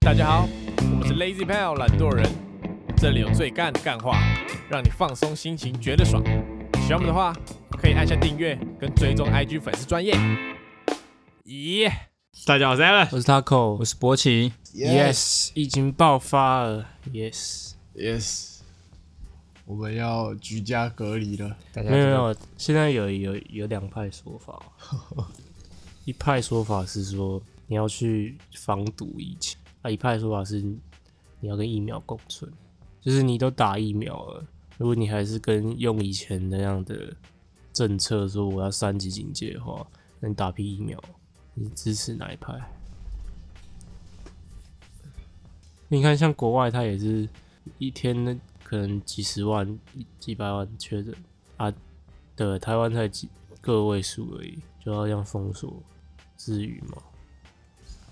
大家好，嗯我们是 Lazy Pal 懒惰人，这里有最干的干话，让你放松心情，觉得爽。喜欢我们的话，可以按下订阅跟追踪 IG 粉丝专业。咦、大家好，我是 Alan。我是 Taco，我是博奇。 Yes, 疫情爆发了，Yes， yes，我们要居家隔离了。大家没有没知道有，现在有有有两派说 法，一派说法是说你要去防堵疫情，啊，一派说法是你要跟疫苗共存，就是你都打疫苗了，如果你还是跟用以前那样的政策说我要三级警戒的话，那你打批疫苗，你支持哪一派？你看，像国外，它也是一天那可能几十万、几百万确诊啊，对，台湾才几个位数而已，就要这样封锁，至于吗？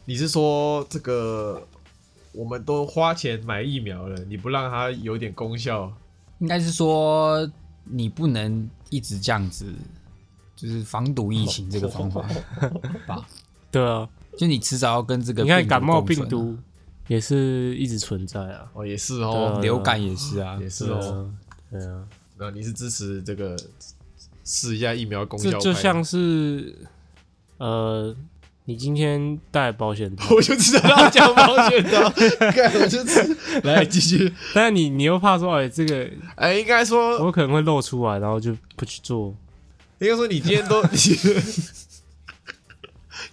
你是说这个我们都花钱买疫苗了，你不让它有点功效？应该是说你不能一直这样子，就是防堵疫情这个方 法吧？对啊，就你迟早要跟这个你看病毒感冒共存病啊、毒也是一直存在啊，哦，也是哦，对啊流感也是啊也，是哦。对啊，对啊，那你是支持这个试一下疫苗功效这派？，就像是呃，你今天戴保险套 我就知道要讲保险的，看我就知。来继续，但你你又怕说，哎、这个哎，应该说我可能会露出来，然后就不去做。应该说你今天都你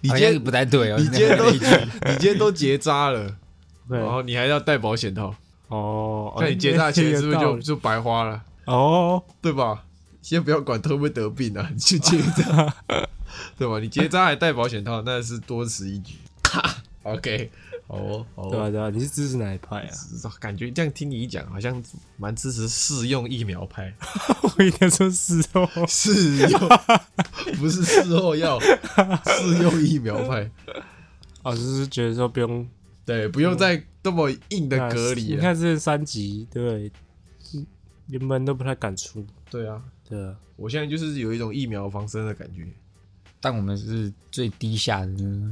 你好今像天不太对哦。你今天都那个你今天都结扎了，对然后你还要戴保险套，哦，哦那你结扎钱是不是 有道就理就白花了？哦？对吧？先不要管得不得病啊，你去结扎，对吧？你结扎还戴保险套，那是多此一举。OK，好哦，好对啊哦。对啊，你是支持哪一派啊？感觉这样听你一讲，好像蛮支持试用疫苗派， 我一定要说是哦。试用 不是事后药，试用疫苗派。哦，就是觉得说不用对，不用再那么硬的隔离啊你了。看这三级，对不对？嗯原本都不太敢出，对啊，对啊，我现在就是有一种疫苗防身的感觉。但我们是最低下的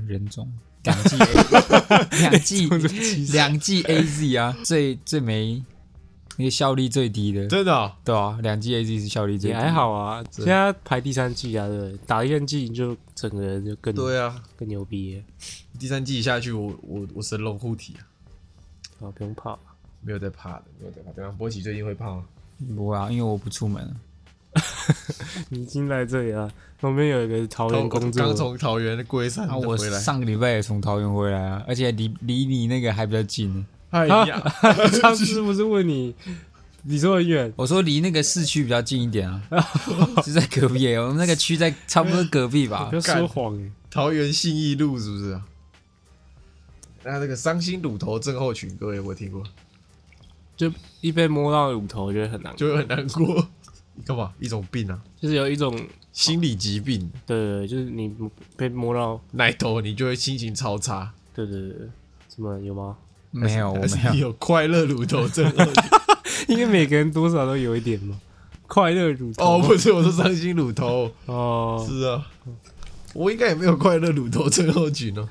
人种，两剂 A- 两剂两剂 A Z 啊，最最没那个效力最低的，真的哦、对啊，两剂 A Z 是效力最也低，还。好啊。现在排第三季啊，对不对？打第三季你就整个人就更对啊，更牛逼了，第三季下去我，我我神龙护体啊，啊，不用怕。没有在怕的，没有在怕。怎么样？波奇最近会怕吗？我啊，因为我不出门啊，你已经来这里了，旁边有一个桃园工作，刚从桃园龟山啊，我回来。上个礼拜也从桃园回来啊，而且离离你那个还比较近呢。哎呀，上次不是问你，你说很远，我说离那个市区比较近一点啊，就在隔壁耶，我们那个区在差不多隔壁吧不。要说谎欸桃园信义路是不是啊？那那个伤心乳头症候群，各位有没有听过？就一被摸到乳头，觉得很难，就会很难过。干嘛？一种病啊，就是有一种心理疾病，对对，对就是你被摸到，奶头你就会心情超差。对对对，怎么有吗？没有，我但哦没是你有，有快乐乳头 症候群。因为每个人多少都有一点嘛，快乐乳头哦，不是，我说伤心乳头，哦，是啊，我应该也没有快乐乳头症候群哦。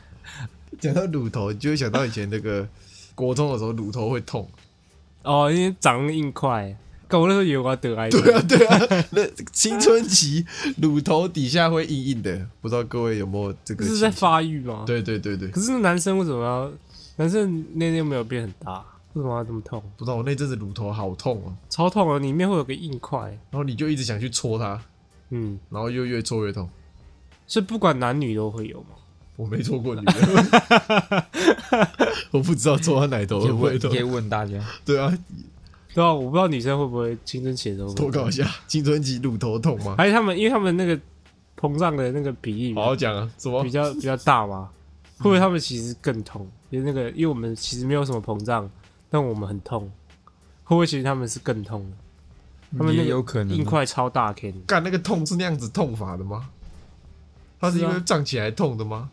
讲到乳头，你就会想到以前那个国中的时候，乳头会痛。 哦，因为长得硬块，干我那时候以为我要得癌症，对啊，对啊，那青春期乳头底下会硬硬的，不知道各位有没有这这个？是在。发育吗？，对对对对，可是那男生为什么要？男生那天没有变很大，为什么要这么痛？不知道我那阵子乳头好痛哦，超痛啊！里面会有个硬块，然后你就一直想去戳它，嗯，然后就越戳越痛。是不管男女都会有吗？我没戳过女的， 我不知道戳她奶头可以会不会问，痛可。以问大家。对啊，对啊，我不知道女生会不会青春期的时候会投稿一下，青春期乳头痛 吗？还有他们，因为他们那个膨胀的那个比例好好讲啊，什么比较比较大嘛，会不会他们其实更痛？因为那个，因为我们其实没有什么膨胀，但我们很痛，会不会其实他们是更痛的？他们那也个有可能啊硬块超大 K，干那个痛是那样子痛法的吗？它是因是为啊胀起来痛的吗？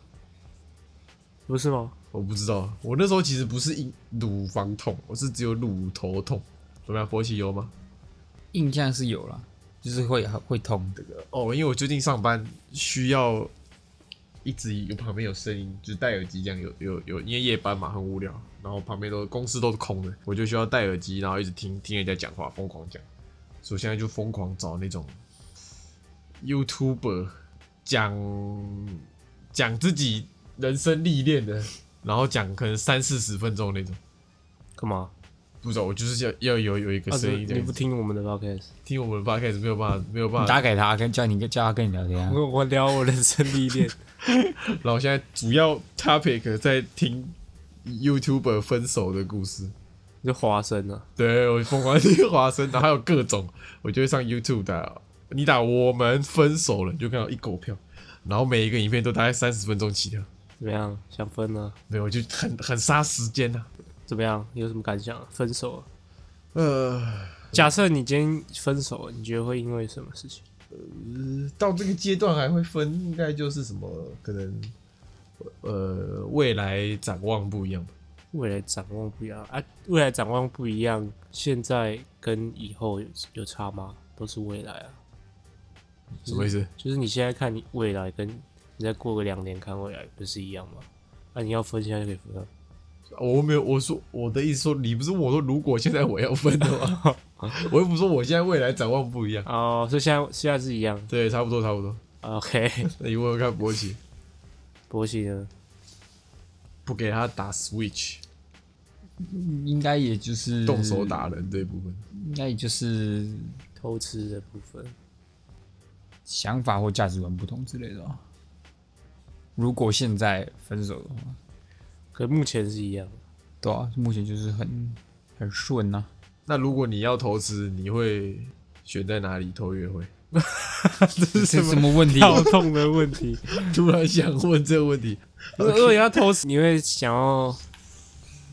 不是吗？我不知道，我那时候其实不是硬乳房痛，我是只有乳头痛。怎么样，博奇有吗？印象是有啦，就是会会痛的。哦，因为我最近上班需要一直有旁边有声音，就是戴耳机这样，有有有，因为夜班嘛很无聊，然后旁边都公司都是空的，我就需要戴耳机，然后一直听听人家讲话，疯狂讲，所以我现在就疯狂找那种 YouTuber 讲讲自己人生历练的，然后讲可能三四十分钟那种，干嘛？不知道我就是要要有有一个啊，声音你这你样不子，听我们的 podcast？听我们的 podcast 没有办法没有办你法，打给他，跟叫你跟叫他跟你聊天啊。我我聊我人生历练，然后现在主要 topic 在听 YouTuber 分手的故事。就花生啊，对我疯狂听华生，然后还有各种，我就会上 YouTube 打，你打我们分手了，你就看到一狗票，然后每一个影片都大概三十分钟起跳，怎么样？想分啊？对，我就很很杀时间啊呐、怎么样？有什么感想啊？分手啊？呃，假设你今天分手，你觉得会因为什么事情？到这个阶段还会分，应该就是什么可能，呃，未来展望不一样吧。未来展望不一样啊，未来展望不一样，现在跟以后有有差吗？都是未来啊，什么意思？就是你现在看你未来，跟你再过个两年看未来，不是一样吗？啊，你要分现在就可以分啊，我没有，我说我的意思说，你不是问我说，如果现在我要分的 吗？我又不是说我现在未来展望不一样。哦，所以现在现在是一样。对，差不多，差不多。 OK， 那你问问看博奇，博喜呢？不给他打 Switch，应该也就是动手，打人这一部分。应该也就是偷吃的部分，想法或价值观不同之类的吧。如果现在分手的话，可目前是一样的。对啊，目前就是很很顺啊呐、那如果你要投资，你会选在哪里偷约会？这是什么问题？跳痛的问题。突然想问这个问题，如果你要偷吃，你会想要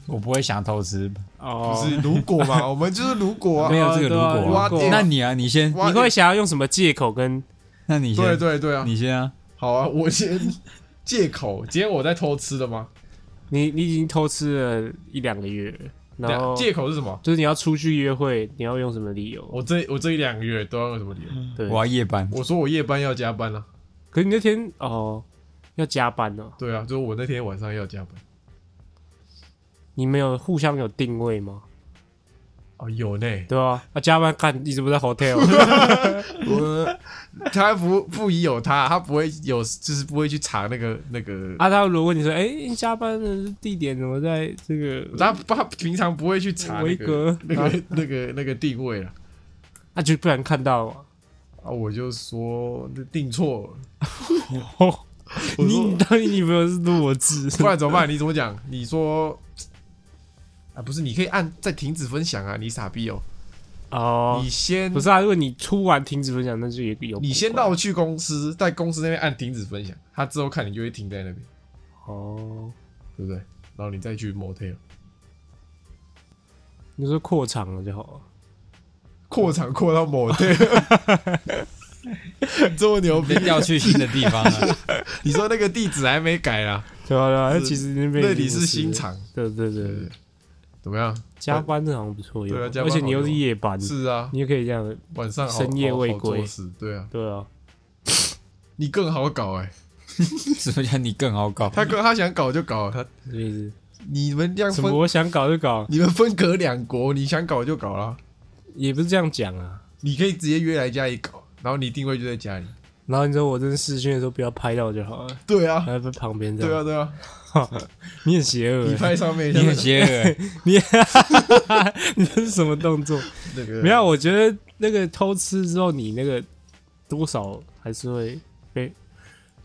我不会想偷吃，哦，不是如果嘛？ 我们就是如果没啊。有这个如果、对啊如果啊那你啊，你先，哇你会想要用什么借口跟那你先，对对对啊，你先啊。好啊，我先借口，今天我在偷吃的吗？你？你已经偷吃了一两个月了，然等一后啊下借口是什哦么？就是你要出去约会，你要用什么理由？我这我这一两个月都要用什么理由？对，我要夜班，我说我夜班要加班啊，可是你那天哦要加班哦，对啊，就是我那天晚上要加班。你们有互相有定位吗？哦，有呢，对吧？啊，加班看一直不在 hotel， 我他不不疑有他，他不会有，就是不会去查那个那个啊，他如果问你说，哎、你加班的地点怎么在这个他不他平常不会去查那维个格那个那个那个定位了啊，就不然看到嘛。啊，我就说那定错了，哦我 你说你当你女朋友是 弱智，不然怎么办？你怎么讲？你说啊，不是，你可以按再停止分享啊，你傻逼哦！哦，你先不是啊，如果你突然停止分享，那就有有你先绕去公司，在公司那边按停止分享，他之后看你就会停在那边，哦。对不对？然后你再去 motel 你说扩场了就好了，扩场扩到 motel，这么牛逼被！调去新的地方了。你说那个地址还没改啦？对啊对啊，是那其实那边那已经里不是新，场，对对对对，怎么样？加班这好像不错用对啊加，班而且你又好是用夜班，是啊，你也可以这样，晚上好深夜好未好做归事对啊，对啊，你更好搞哎、什么叫你更好搞？他更他想搞就搞，啊他什么意思？你们这样什么分，我想搞就搞，你们分隔两国，你想搞就搞啦，也不是这样讲啊。你可以直接约来家里搞，然后你定位就在家里。然后你说我真视讯的时候不要拍到就好了，对啊，然后在旁边这对样，啊，对啊， 你很邪恶你欸，拍上面你很邪恶欸、你你这是什么动作？那个 没有，我觉得那个偷吃之后，你那个多少还是会被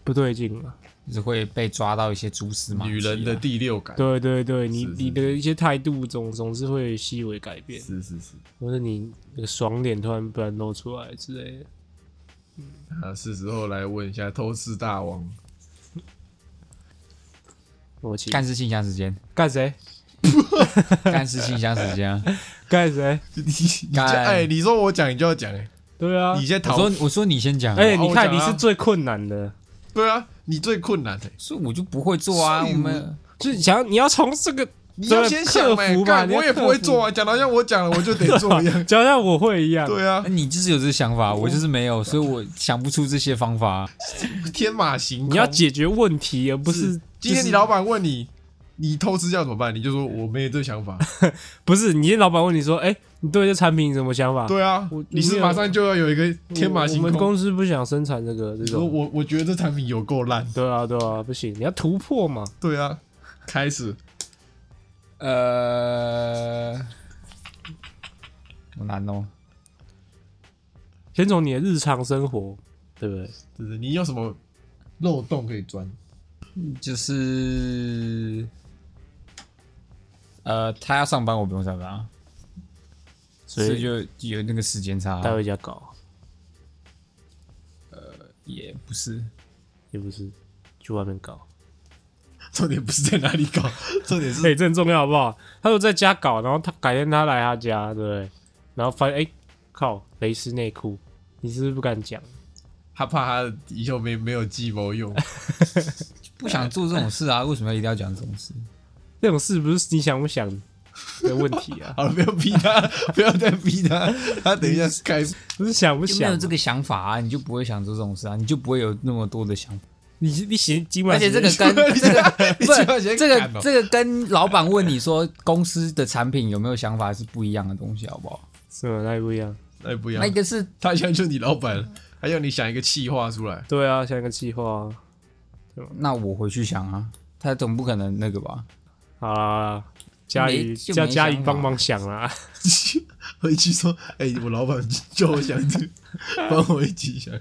不对劲啊。就是会被抓到一些蛛丝马迹啊。女人的第六感，对对对，你是是你的一些态度总总是会细微改变，是是是或者你那个爽脸突然不然露出来之类的。啊，是时候来问一下偷吃大王，我去干事信箱时间，干谁？干事信箱时间啊。干谁？你你就干哎，你说我讲你就要讲哎，对啊你，先我逃，说我说你先讲啊，而且哦你我看讲你啊是最困难的，对啊，你最困难哎，所以我就不会做啊。所以我我们就是想要你要从这个你要先想嘛克服嘛干你要。我也不会做啊，讲得好像我讲了我就得做一样 讲像我会一样，对啊那，你就是有这个想法，我就是没有，所以我想不出这些方法啊。天马行空。你要解决问题，而不是今天你老板问你，你偷吃掉怎么办？你就说我没有这个想 法。不是你老板问你说，哎，你对这产品有什么想法？对啊我，你是马上就要有一个天马行我们空。公司不想生产这个这我种。我我觉得这产品有够烂。对啊，对啊，不行，你要突破嘛。对啊，开始呃，好难哦。先从你的日常生活，对不对？就是你有什么漏洞可以钻？就是，呃，他要上班，我不用上班啊，所所以以就有那个时间差啊。带回家搞，也不是，也不是去外面搞。重点不是在哪里搞，重 点是哎、这很重要，好不好？他说在家搞，然后他改天他来他家，对不对？然后发现，哎、靠，蕾丝内裤，你是不是不敢讲？他怕他以后没没有计谋用。不想做这种事 啊，为什么一定要讲这种事？这种事不是你想不想的问题啊，好了，不要逼他，不要再逼他，他等一下开始。不是想不就没想有嘛。这个想法啊，你就不会想做这种事啊，你就不会有那么多的想法。你你写今晚而且这个跟 这个你不起码先这敢个哦这个跟老板问你说公司的产品有没有想法是不一样的东西，好不好？什么那也不一样。哎，不要那，个是他现在就是你老板了，还要你想一个气话出来。对啊，想一个计划啊。那我回去想啊，他总不可能那个吧？好啦，佳没怡就叫没佳怡想法帮忙想 啦。 回去说，哎、我老板叫我想这个，帮我一起想。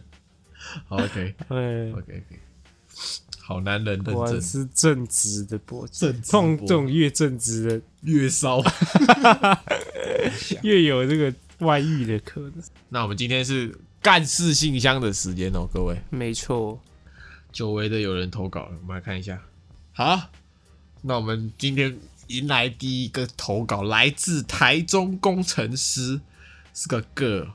好，OK，OK，OK，、哎，好男人认果然真，是正直的脖子，正直碰脖这种越正直的，越骚。越有这个外遇的可能。 那我们今天是干事信箱的时间哦，各位，没错，久违的有人投稿了，我们来看一下。好，那我们今天迎来第一个投稿，来自台中工程师，是个 girl。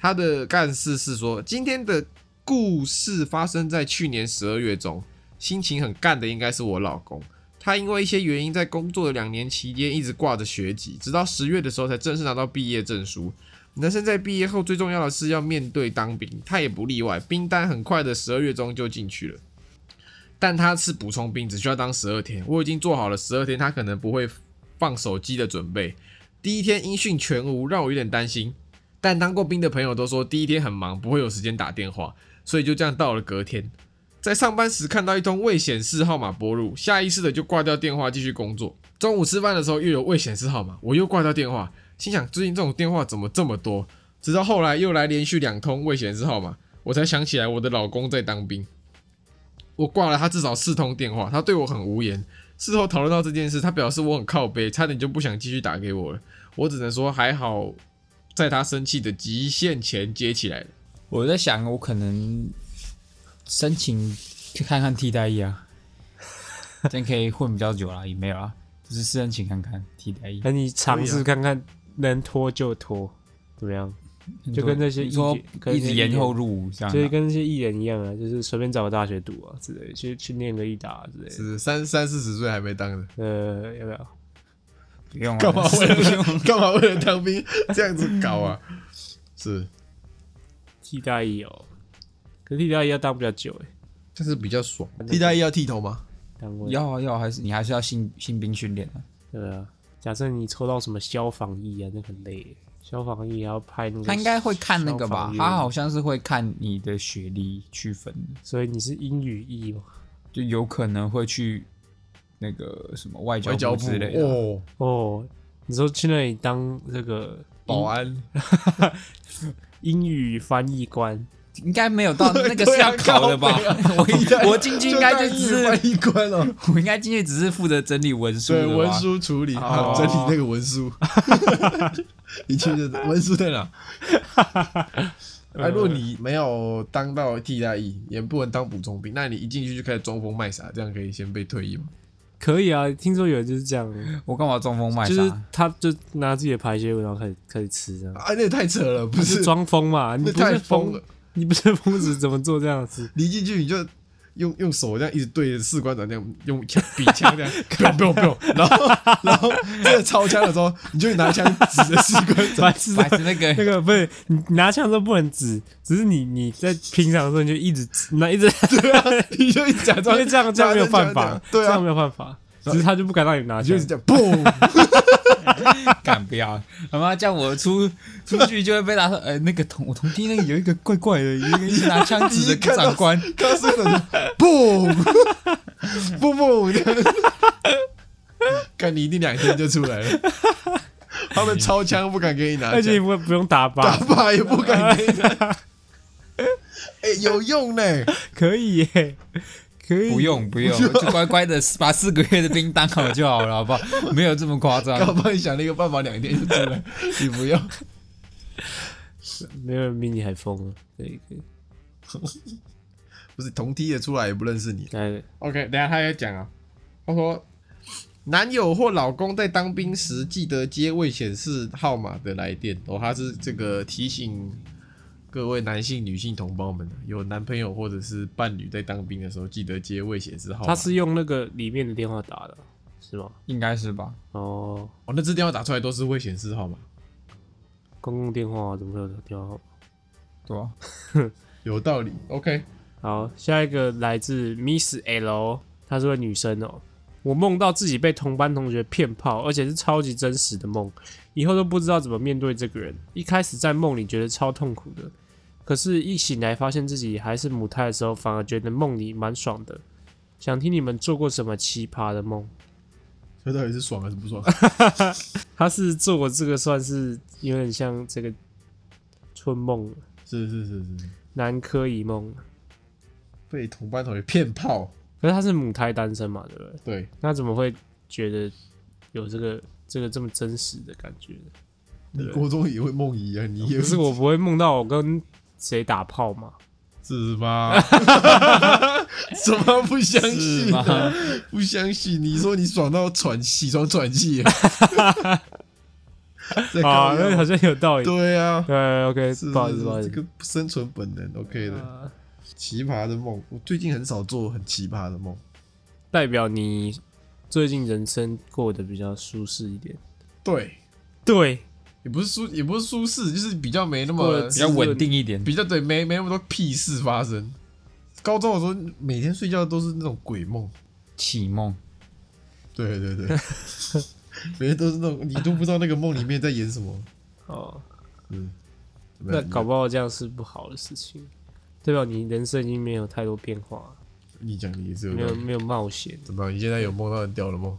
他的干事是说，今天的故事发生在去年十二月中，心情很干的应该是我老公。他因为一些原因，在工作的两年期间一直挂着学籍，直到十月的时候才正式拿到毕业证书。男生在毕业后最重要的是要面对当兵，他也不例外，兵单很快的十二月中就进去了。但他是补充兵，只需要当十二天。我已经做好了十二天，他可能不会放手机的准备。第一天音讯全无，让我有点担心。但当过兵的朋友都说，第一天很忙，不会有时间打电话，所以就这样到了隔天。在上班时看到一通未显示号码拨入，下意识的就挂掉电话继续工作。中午吃饭的时候又有未显示号码，我又挂掉电话，心想最近这种电话怎么这么多？直到后来又来连续两通未显示号码，我才想起来我的老公在当兵。我挂了他至少四通电话，他对我很无言。事后讨论到这件事，他表示我很靠背，差点就不想继续打给我了。我只能说还好，在他生气的极限前接起来了。我在想，我可能申请去看看替代役啊，这样可以混比较久啦，也没有啊，就是申请看看替代役那。你尝啊试看看，能拖就拖，怎么样？就跟那些你说一直跟一那些直一延直后入伍这样啊，就是跟那些艺人一样啊，就是随便找个大学读啊之类的，去去念个艺大之类的。是三三四十岁还没当的，呃，要不要？不用啊干嘛为了干嘛为了当兵这样子搞啊？是，替代役哦，可是替代役要当比较久哎、但是比较爽。替代役要剃头吗？单位要啊要啊，还是你还是要新新兵训练啊。对啊。假设你抽到什么消防役啊，那很累欸，消防役还要拍那个，他应该会看那个消吧防？员他好像是会看你的学历区分的，所以你是英语役嘛？就有可能会去那个什么外外交交部部之类的啊。哦，哦，你说去那里当这个保安英语翻译官，应该没有到那个是要考的吧？对啊 我我进去应该就只是翻是译官哦， 我应该进去只是负责整理文书对的吧文书处理啊，整理那个文书。 你去的文书在 哪？哎，如果你没有当到替代役，也不能当补充兵，那你一进去就开始装疯卖傻，这样可以先被退役吗？可以啊。听说有人就是这样，我干嘛装疯卖 就是傻？他就拿自己的排泄物，然后开始开始吃这样。啊，那也太扯了，不是是装疯嘛？你那不是太疯了疯，。你不是疯子，怎么做这样子？你一进去你就用用手这样一直对着士官长这样用 枪比枪这样，不用不用不用，然后 然后真的掏枪的时候，你就拿枪指着士官长白，痴啊白痴那个 那个不是你拿枪都不能指，只是你你在平常的时候你就一直指那一直，对啊，你就一直假因装为这样这样没有办假法装，对这样啊，没有办法，只是他就不敢让你拿你就枪一直，这样砰，敢不要，他妈叫我出出去就会被他说，呃，那个同我同梯那个有一个怪怪的，有一个一直拿枪指着长官，刚说的砰，砰砰这样，看你一定两天就出来了。他们掏枪不敢给你拿而且你枪，啊不不用打打靶，靶也不敢给你拿。哎，有用呢！可以耶，可以，不用不用，就乖乖的把四个月的兵当好就好了，好不好？没有这么夸 刚张。帮你想了一个办法，两天就出来，你不用。没有人比你还疯啊，可以可以，不是同梯的出来也不认识你。来 OK，等一下他要讲啊，他说男友或老公在当兵时记得接未显示号码的来电哦，他是这个提醒各位男性、女性同胞们，啊有男朋友或者是伴侣在当兵的时候，记得接未显示号码。他是用那个里面的电话打的，是吗？应该是吧？哦，哦，那支电话打出来都是未显示号码，公共电话啊怎么会有电话号码？对吧、有道理。OK，好，下一个来自 Miss L，她是位女生哦、我梦到自己被同班同学骗炮，而且是超级真实的梦，以后都不知道怎么面对这个人。一开始在梦里觉得超痛苦的，可是一醒来发现自己还是母胎的时候，反而觉得梦里蛮爽的。想听你们做过什么奇葩的梦？这到底是爽还是不爽？啊他是做过这个算是有点像这个春梦、是是是是，南柯一梦，被同班同学骗炮，可是他是母胎单身嘛，对不对？对，那怎么会觉得有这个这个这么真实的感觉呢？你国中也会梦遗啊，你也可是我不会梦到我跟谁打炮 嘛？是吗？ 怎么不相信、啊？不相信？你说你爽到喘气，爽喘 气耶，在高，啊那好像有道理。对啊，对，OK，是不好意思，是不好意这思。个生存本能，OK 的。呃奇葩的梦，我最近很少做很奇葩的梦。代表你最近人生过得比较舒适一点。对，对，也不是舒，也不是舒适，就是比较没那过么了比较稳定一点。比较对，没没那么多屁事发生。高中的时候，每天睡觉都是那种鬼梦。启梦，对对 对，每天都是那种，你都不知道那个梦里面在演什么。哦，怎么那样搞不好这样是不好的事情，代表你人生已经没有太多变化，你讲的也是有没道有理。没有冒险。怎么样？你现在有梦到很屌的梦？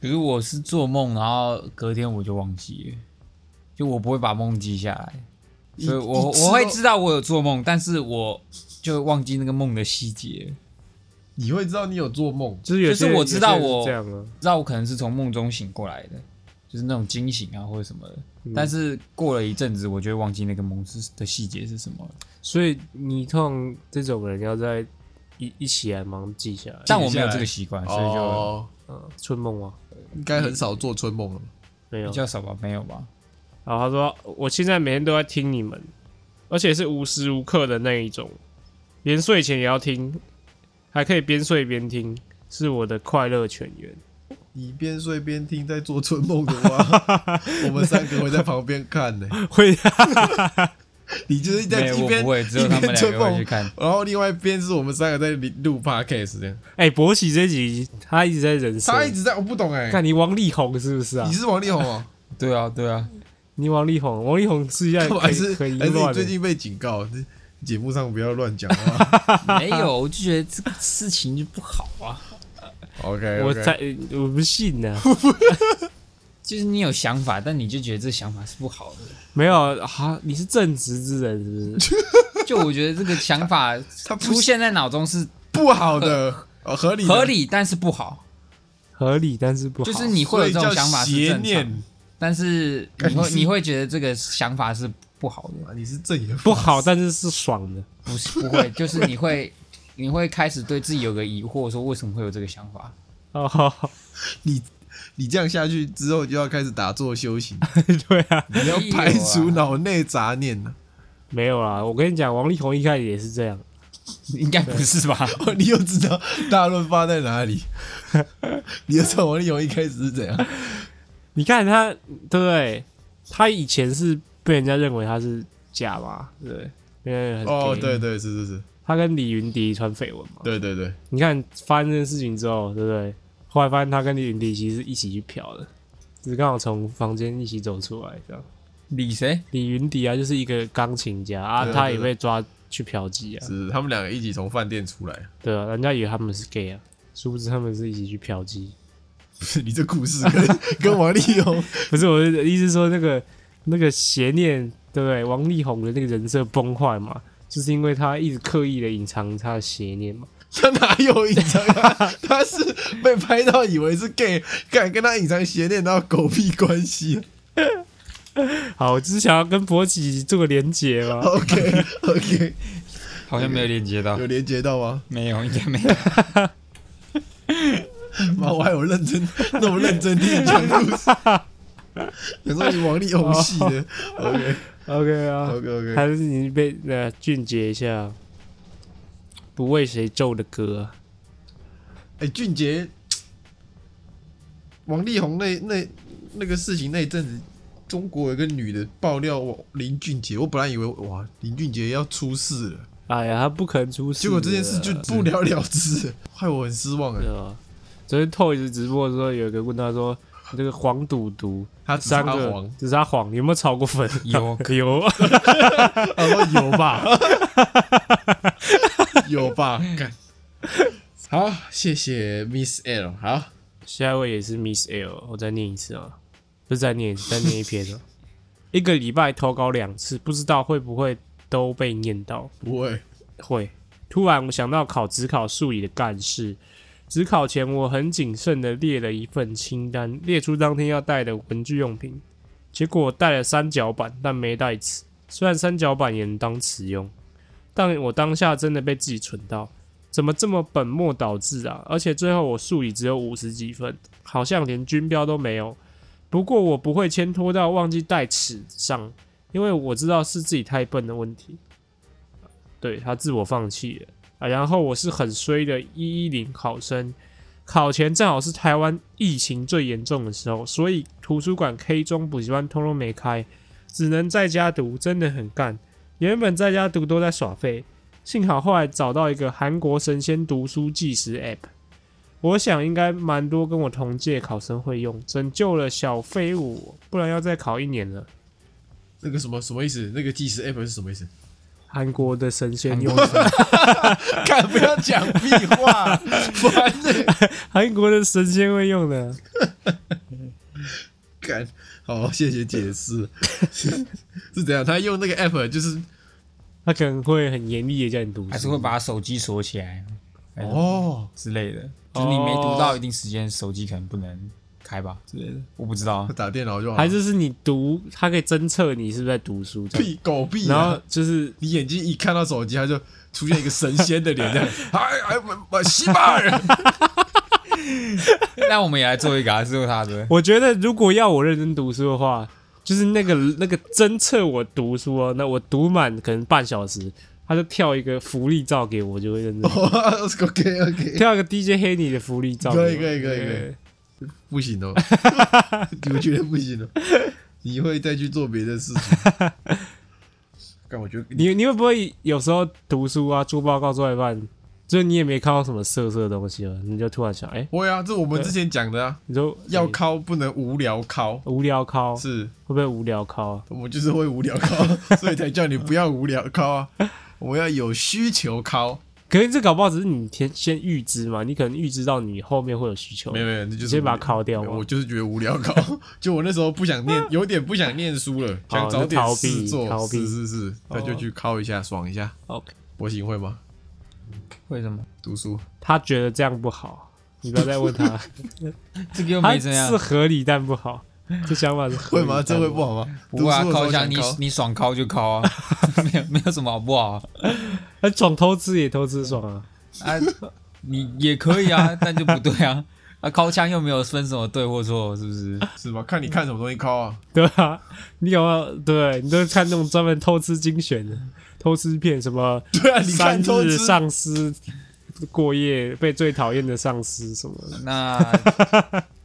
可是我是做梦，然后隔天我就忘记了，就我不会把梦记下来，所以啊我一一知道我会知道我有做梦，但是我就忘记那个梦的细节，你会知道你有做梦，就是有就是些人我知道有些人是我这样啊，知道我可能是从梦中醒过来的，就是那种惊醒啊或者什么的。嗯但是过了一阵子，我就会忘记那个梦是的细节是什么了。所以你通常这种人要在一一起来忙记下来，但我没有这个习惯，所以就哦，嗯，春梦啊，应该很少做春嗯梦了。没有比。较少吧，没有吧。然后他说，我现在每天都在听你们，而且是无时无刻的那一种，连睡前也要听，还可以边睡边听，是我的快乐泉源。你边睡边听，在做春梦的话， 我们三个会在旁边看呢、会你就是没在有， 一我边不会，只有一他们边两春个会去梦，看。然后另外一边是我们三个在录 podcast 这样。哎、博喜这集他一直在人生，他一直在，我不懂哎、看你王力宏是不是啊你？是王力宏哦、对啊，对 啊，你王力宏，王力宏是一下干嘛可还以是可还以是乱你的最，近被警告，这节目上不要乱讲啊话。没有，我就觉得这个事情就不好啊。 OK，我才我不信啊呢、就是你有想法，但你就觉得这想法是不好的。没有啊，你是正直之人是 不是？就我觉得这个想法他不出现在脑中是不好的，哦合理的合，理，但是不好。合理但是不好，就是你所会有以这叫种想法是邪正常，念。但是干你你会是你会觉得这个想法是不好的。啊你是正言不好，但是是爽 的。不是不会， 就是你会你会开始对自己有个疑惑，说为什么会有这个想法？哦，好好你你这样下去之后就要开始打坐修行，对啊，你要排除脑内杂念了。啊没有啦。我跟你讲，王力宏一开始也是这样，应该不是吧？哦， 你又知道大润发在哪里？ 你又知道王力宏一开始是怎样？你看他，对不对？他以前是被人家认为他是假嘛，对不对，因为很哦， gay 对，对是是是，他跟李云迪传绯闻嘛。对对对，你看发生这件事情之后，对不对？后来发现他跟李云迪其实是一起去嫖的，只是刚好从房间一起走出来这样。李谁？李云迪啊，就是一个钢琴家啊，对啊他也对啊被抓去嫖妓啊，是他们两个一起从饭店出来。 对啊，人家以为他们是 gay 啊，殊不知他们是一起去嫖妓。不是你这故事跟跟王力宏 不是我的意思是说那个那个邪念，对不对？王力宏的那个人设崩坏嘛，就是因为他一直刻意的隐藏他的邪念嘛。他哪有隐藏 啊？他是被拍到以为是 gay，敢跟他隐藏邪念，然后狗屁关系。好，我只是想要跟博奇做个连结嘛。 OK OK，好像没有连接到有，连接到吗？没有，应该没有。妈，我还有认真那么认真听你讲故事。想说你王力宏系的，OK OK 啊， OK OK，还是你被呃俊杰一下，不为谁奏的歌啊。哎，俊杰，王力宏那那那个事情那一阵子，中国有个女的爆料王林俊杰，我本来以为哇林俊杰要出事了，哎呀，他不可能出事的啊。结果这件事就不了了之，害我很失望哎对。啊。昨天 Toys 直播的时候，有一个问他说：“你这个黄赌毒他三只个是阿黄，只是他黄，有没有炒过粉？” 有有。有吧？ 有吧？干。好，谢谢 Miss L。好，下一位也是 Miss L，我再念一次啊，不是再念一次，再念一篇啊。一个礼拜投稿两次，不知道会不会都被念到。不会，会。突然我想到考只考数理的干事，只考前我很谨慎的列了一份清单，列出当天要带的文具用品。结果我带了三角板，但没带尺。虽然三角板也能当尺用，但我当下真的被自己蠢到，怎么这么本末倒置啊！而且最后我数理只有五十几分，好像连军标都没有。不过我不会牵拖到忘记带尺上，因为我知道是自己太笨的问题。对他自我放弃了啊。然后我是很衰的一一零考生，考前正好是台湾疫情最严重的时候，所以图书馆、K 中、补习班通通没开，只能在家读，真的很干。原本在家读都在耍废，幸好后来找到一个韩国神仙读书计时 App。我想应该蛮多跟我同届考生会用，拯救了小飞舞，不然要再考一年了。那个什么什么意思？那个计时 app 是什么意思？韩国的神仙用看，不要讲屁 话，烦的。韩国的神仙会用的，干，好，谢谢解释。 是怎样？他用那个 app 就是他可能会很严厉的叫你读书，还是会把手机锁起来哦，之类的。就是你没读到一定时间，手机可能不能开吧哦之类的，我不知 道他。打电脑就好了。还是是你读，他可以侦测你是不是在读书，这样屁狗屁、然啊后！就是你眼睛一看到手机，他就出现一个神仙的 脸，这样，哎哎，我西巴 尔，那我们也来做一个啊，做他的。我觉得如果要我认真读书的话，就是那个那个侦测我读书哦，那我读满可能半小时，他就跳一个福利照给我，我就会认哦真。 OK OK，跳一个 DJ 黑你的福利照给我，可以可以可以可以对不行 哦，我觉得不行哦，你会再去做别的事情。 但我觉得你你你会不会有时候读书啊，做报告做一半，就是你也没看到什么色色的东西了，你就突然想，哎、会啊，这我们之前讲的啊，你说要考不能无聊考，无聊考，会是不会无聊考啊？我们就是会无聊 考，所以才叫你不要无聊考啊，我们要有需求考。可是这搞不好只是你先先预知嘛，你可能预知到你后面会有需求，没有没有，那就是直接把它考敲掉嘛我。就是觉得无聊考， 就我那时候不想 念，有点不想念书了，想找点哦逃避事做逃。避是哦是是，那就去考一下，爽一下。 OK，博行会吗？为什么？读书他觉得这样不好，你不要再 问他，这个又他没这样是。合理但不好，这想法是合会理吗？但这会不好吗？不啊，读书的时候靠想想你考你爽靠就靠啊， 没有没有什么好不好啊那爽偷吃也偷吃爽啊，啊，你也可以啊，但就不对啊。啊，靠枪又没有分什么对或错，是不是？是吗？看你看什么东西考啊。对啊，你有没有对你都看那种专门偷吃精选的，偷吃片什么 对 啊，你三看偷日吃丧尸过夜被最讨厌的丧尸什么的， 那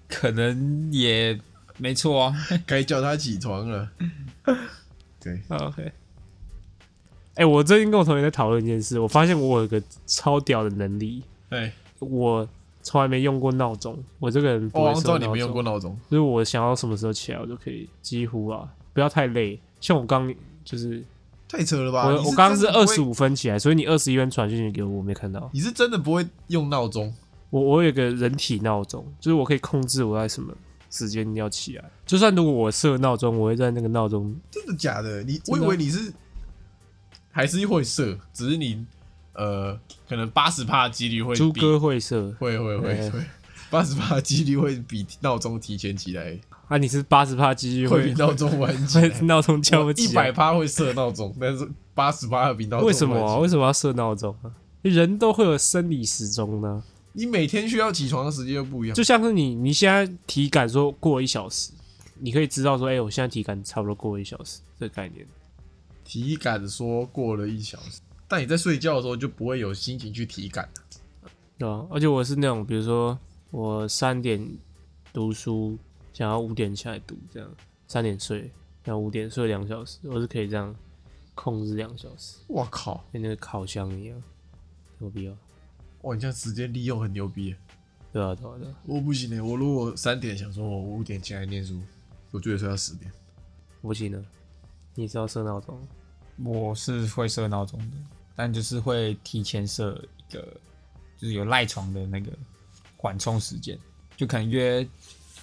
可能也没错啊。该叫他起床了。 对， 啊 OK。哎、我最近跟我同学在讨论一件事，我发现我有个超屌的能力，哎，我从来没用过闹钟。我这个人不我会好像知设道你闹们用钟过闹钟，就是我想要什么时候起来，我就可以几乎啊，不要太累。像我刚就是太扯了我吧？我刚刚是啊是二十，五分起来，所以你二十一分传讯息给我，我没看到。你是真的不会用闹钟？我我有一个人体闹钟，就是我可以控制我在什么时间要起来。就算如果我设闹钟，我会在那个闹钟真的假的？你的啊我以为你是还是会射，只是你呃，可能八十帕几率会猪比哥哎会设会会会对会，八十帕几率会比闹钟提前起来，啊，你是八十帕几率会比会闹钟晚起会来。闹钟叫不一起百来，趴会设闹钟，但是八十趴比闹钟为什么、晚起啊？来为什么要设闹钟啊？人都会有生理时钟呢，你每天需要起床的时间又不一样。就像是你你现在体感说过一小时，你可以知道说，哎、我现在体感差不多过一小时这个概念。体感说过了一小时，但你在睡觉的时候就不会有心情去体感了对啊，而且我是那种，比如说我三点读书，想要五点起来读，这样三点睡，然后五点睡两小时，我是可以这样控制两小时，我靠，跟那个烤箱一样，有必要？哇，你这样时间利用很牛逼耶。对啊，对啊，对啊，我不行的，欸我如果三点想说我五点起来念书，我最多睡到十点。我不行了，你是要设闹钟，我是会设闹钟的，但就是会提前设一个，就是有赖床的那个缓冲时间，就可能约，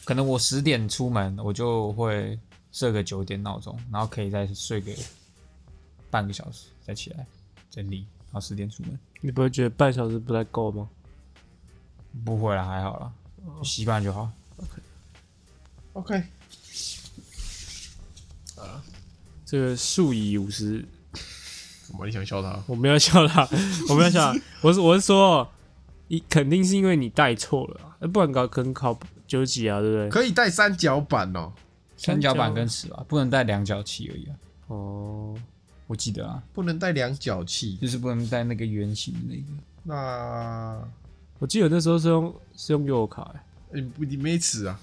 可能我十点出门，我就会设个九点闹钟，然后可以再睡个半个小时再起来整理，然后十点出门。你不会觉得半小时不太够吗？不会啦，还好啦，习惯就好。 OK，这个数以五十，怎么你想笑他？我没有笑 啦，我没有笑啦，我是我是说，你肯定是因为你带错了啊，不然搞可能考九几啊，对不对？可以带三角板哦，三角板三角跟尺吧，不能带量角器而已啊。哦，我记得啊，不能带量角器。就是不能带那 个圆形的那个。那我记得那时候是用是用 U 卡、欸，你不你没尺啊？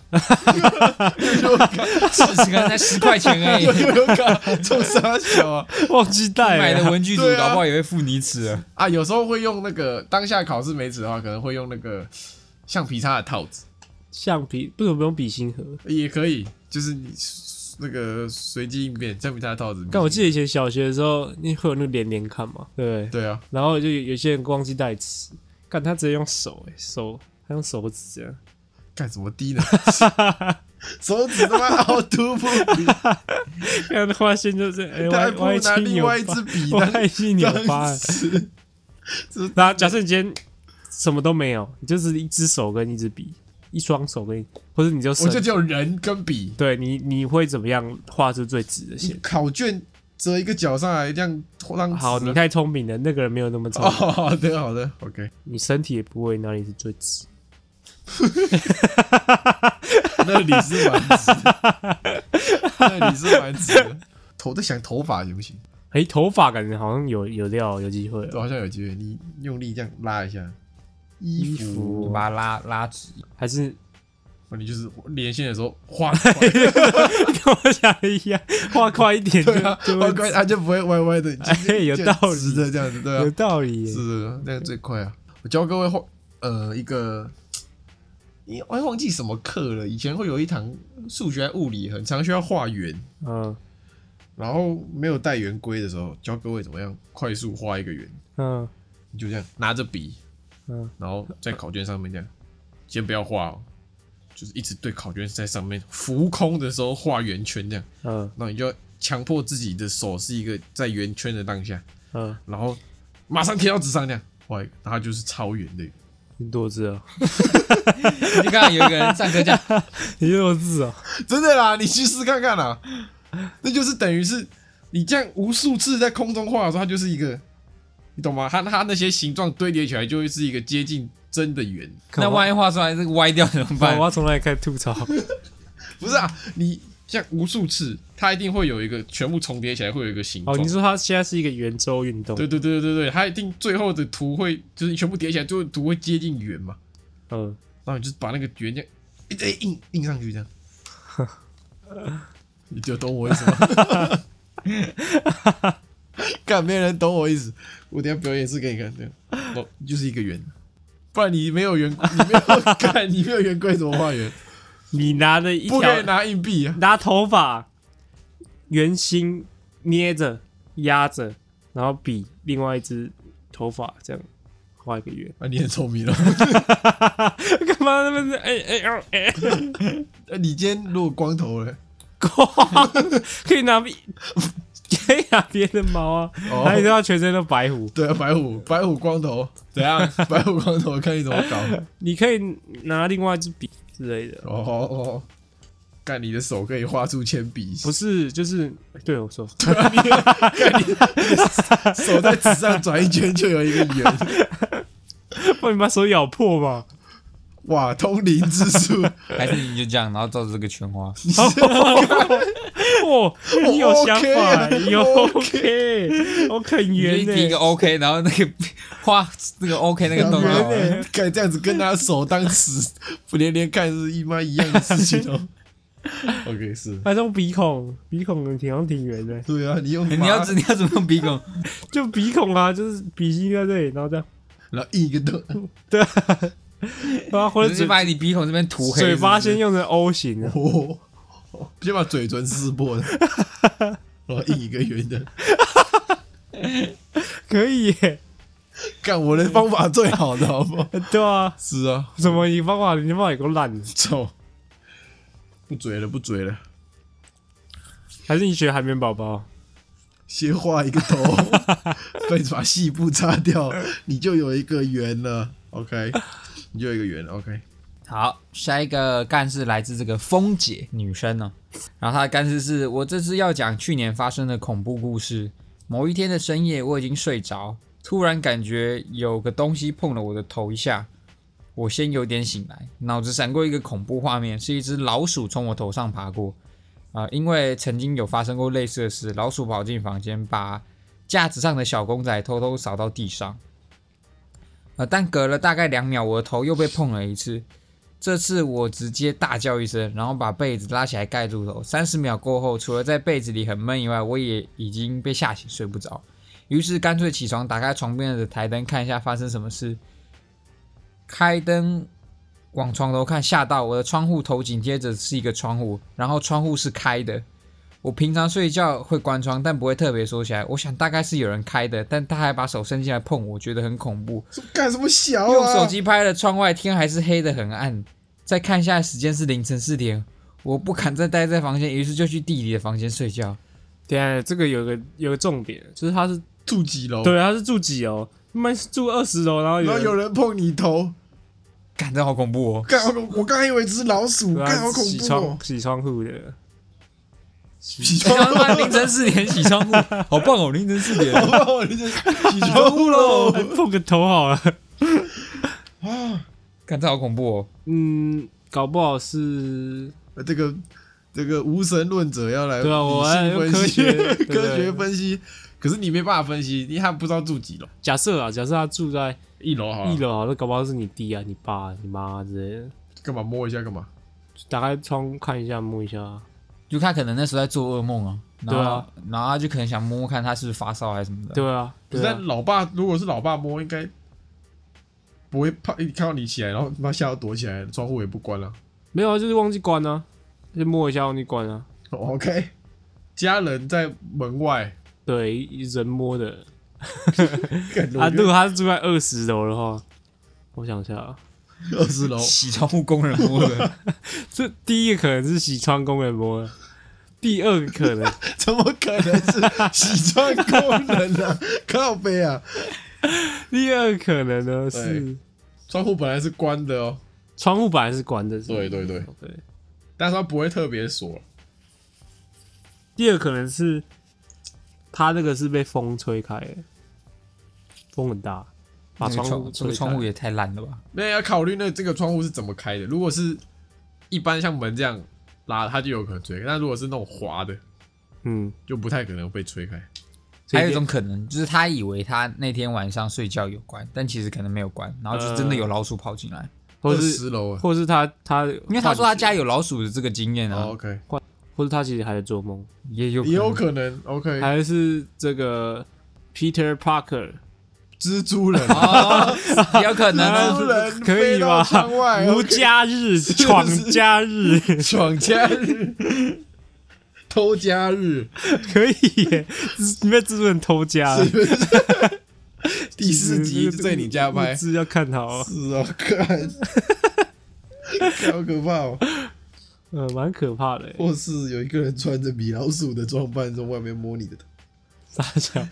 四十个才十块钱而已，有卡冲啥小啊？ 忘记带买的了。文具组对啊搞不好也会付你尺啊。啊，有时候会用那个当下考试没尺的话，可能会用那个橡皮擦的套子，橡皮为什么不用笔芯盒？也可以，就是你那个随机应变橡皮擦的套子。但我记得以前小学的时候，你会有那个连连看嘛，对不对？对啊，然后就有有些人忘记带尺，看他直接用手、欸，手他用手指这样，干什么低呢？手指他妈凹凸不平， 看 他花线就是哎、他还歪不歪如拿七另扭外一八支，笔歪七扭八、当欸。时那假设你今天什么都没有，你就是一只手跟一支笔，一双手跟一，或者你就我绳就只有人跟笔，对你你会怎么样画出最直的线？考卷折一个角上来，这样让好，你太聪明了，那个人没有那么聪啊哦，明，好的好的，OK，你身体也不会哪里是最直。那里是蛮直的， 那里是蛮直的。头在想头发行不行？哎、头发感觉好像有有料，有机会这了，好像有机会，你用力这样拉一下，衣衣服，哦服你把它拉拉直， 还是 你就是连线的时候画跟我想的一样，画快一点 就对啊，就画会乖，它就不会歪歪的， 哎就是有就道理直的这样子，对啊有，道理耶。是的，那样最快啊！我教各位画，呃，一个，你我还忘记什么课了。以前会有一堂数学、物理，很常需要画圆，嗯然后没有带圆规的时候，教各位怎么样快速画一个圆。嗯你就这样拿着笔，嗯，然后在考卷上面这样，先不要画哦，就是一直对考卷在上面浮空的时候画圆圈这样。嗯那你就要强迫自己的手是一个在圆圈的当下，嗯，然后马上贴到纸上这样画一个，然后它就是超圆的圆。你多智 啊！你就看到有一个人上课 这样，你多智哦啊！真的啦，你去试看啊看啦。 那就是等于是你这样无数次在空中画的时候，它就是一个，你懂吗？它它那些形状堆叠起来就会是一个接近真的圆。那万一 一画出来是歪掉怎么办我？要从哪里开始吐槽？不是啊，你像无数次，它一定会有一个全部重叠起来，会有一个形哦， 状。你说它现在是一个圆周运动？对对对对对，它一定最后的图会就是全部叠起来，最后的图会接近圆嘛，嗯，然后你就把那个圆这样一直印印上去这样。你就懂我意思吗？干，没人懂我意思。我等一下表演一次给你看，对，哦，就是一个圆，不然你没有圆，你没有干，你没有圆规怎么画圆？你拿着一不可条以拿硬币啊！拿头发圆心捏着压着，然后比另外一只头发这样画一个圆。啊，你很聪明了。 干嘛那么是哎哎哦哎，那呃你今天如果光头了， 光可以拿别可以拿别的毛啊，哦还有他全身都白胡，对啊，白虎，白虎光头 怎样？白虎光头，看你怎么搞。你可以拿另外一支笔之类的。哦哦哦，干你的手可以画出铅笔，不是，就是哎对我说， 手在纸上转一圈就有一个圆。把你把手咬破嘛。哇，通灵之术，还是你就这样，然后照着这个圈 花，哦，你有想 OK 法， 啊你有哦 OK，我很你圆欸就提一个的。 OK，然后那个画那个 OK 那 个动圆作，欸干这样子跟他手当尺连连看是一妈一样的事情哦。OK，是，反正鼻孔，鼻孔挺好像挺圆的，对啊，你用哎你要 麻怎你要怎么用鼻孔？就鼻孔啊，就是鼻心在这里，然后这样，然后印一个洞，对啊， 然后或者你是嘴把你鼻孔这边涂黑，嘴巴是不先是用成 O 型的，哦，先把嘴唇撕破，然后印一个圆的。可以耶，干我的方法最好的，好不好？对啊， 是啊，什么你方法，你方法也够烂的，操！不追了，不追了，还是你学海绵宝宝？先画一个头， 再把细部擦掉，你就有一个圆了。OK，你就有一个圆了。OK，好，下一个干事来自这个风姐女生呢、然后她的干事是我这次要讲去年发生的恐怖故事。某一天的深夜，我已经睡着，突然感觉有个东西碰了我的头一下，我先有点醒来，脑子闪过一个恐怖画面，是一只老鼠从我头上爬过。啊、因为曾经有发生过类似的事，老鼠跑进房间，把架子上的小公仔偷偷扫到地上。呃，但隔了大概两秒，我的头又被碰了一次，这次我直接大叫一声，然后把被子拉起来盖住头。三十秒过后，除了在被子里很闷以外，我也已经被吓醒，睡不着。于是干脆起床，打开床边的台灯看一下发生什么事。开灯往床头看，吓到我的窗户头紧接着是一个窗户，然后窗户是开的。我平常睡觉会关窗，但不会特别缩起来。我想大概是有人开的，但他还把手伸进来碰我，觉得很恐怖。干什么小啊？用手机拍了窗外，天还是黑的很暗。再看一下时间是凌晨四点，我不敢再待在房间，于是就去弟弟的房间睡觉。对啊， 这个有个有个重点，就是他是住几楼？，对，他是住几楼？他妈是住二十楼，然后然有后有人人碰你头，感觉好恐怖 哦！干！我我刚才以为只是老鼠，对啊干好恐洗怖哦窗！洗窗户的， 洗他窗妈凌晨四点起窗户，好棒哦！凌晨四点， 户，洗窗户喽！还 碰个头好了。感觉好恐怖哦！嗯，搞不好是 这个这个无神论者要来对啊我要理性分析科学对 科学分析，可是你没办法分析，因为他不知道住几楼，假设啊，假设他住在一楼好了一楼好了，搞不好是你弟啊、你爸、你妈之类的，干嘛摸一下干嘛？就打开窗看一下、摸一下。啊就他可能那时候在做噩梦啊，然对后啊然后他就可能想摸摸看他是不是发烧还是什么的。对啊，可是对他啊，老爸如果是老爸摸，应该不会怕，一看到你起来，然后他妈吓到躲起来，窗户也不关了。没有啊，就是忘记关啊，就摸一下忘记关啊。 OK，家人在门外，对，人摸的干啊。我如觉果得他是住在二十楼的话，我想一下，啊，二十楼，洗窗户工人摸的，这第一个可能是洗窗工人摸的，第二个可 能怎么可能是洗窗工人呢、 啊？靠背啊，第二可能呢是对窗户本来是关的哦。窗户本来是关的，是吧对对对，对。但是他不会特别锁。第二可能是他那个是被风吹开的，风很大， 把那个窗户嗯窗这吹个开。窗户也太烂了吧！那要考虑那这个窗户是怎么开的。如果是一般像门这样拉，它就有可能吹开。但如果是那种滑的，嗯，就不太可能被吹开。还有一种可能就是他以为他那天晚上睡觉有关，但其实可能没有关，然后就真的有老鼠跑进来，或二是十楼啊、或是他他，因为他说他家有老鼠的这个经验啊，哦、，OK，或是他其实还在做梦，也有也有能可能 OK。还是这个 Peter Parker 蜘蛛人， 哦，也有可能蜘啊蛛人啊可飞以到吧窗外，无哎 OK 家日闯家日， 闯假日，偷假 日，可以耶，你被蜘蛛人偷家了是。不是？第四集就在你家拍，是要看好，是哦，看， 好可怕哦！呃，蛮可怕的耶。或是有一个人穿着米老鼠的装扮从外面摸你的头，傻笑，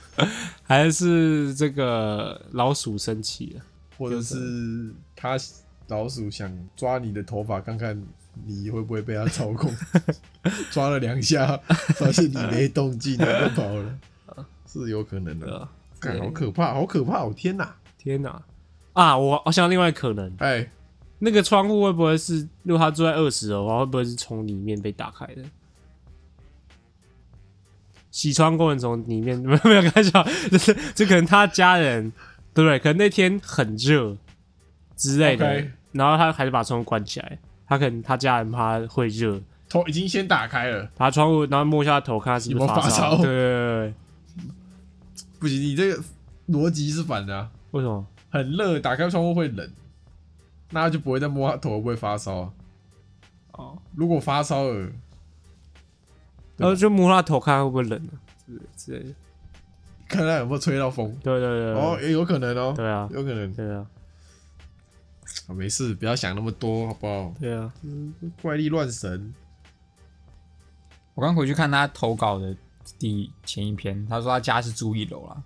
还是这个老鼠生气了？或者是他老鼠想抓你的头发，看看你会不会被它操 控，抓了两下，发现你没动静，它就跑 了，是有可能对的。吧？看，好可怕，好可怕哦！天哪，呃天哪！啊，我我想到另外一个可能，哎，那个窗户会不会是，如果他住在二十楼，会不会是从里面被打开的？洗窗工人从里面没有没有开玩笑， 就是就可能他家人对不对？可能那天很热之类的 OK 然后他还是把窗户关起来。他可能他家人怕会热，头已经先打开了。把窗户然后摸一下他头，看他是不有是没有发烧烧。对对对对，不行，你这个逻辑是反的、啊，为什么？很热，打开窗户会冷，那他就不会再摸他头，会不会发烧、啊？哦，如果发烧了，嗯然后哦就摸他头，看他会不会冷啊，之类之类的。看他有没有吹到风。对对对，对哦，也有可能哦，对啊，有可能。对啊，啊没事，不要想那么多，好不好？对 啊，怪力乱神，我刚回去看他投稿的第前一篇，他说他家是住一楼啦，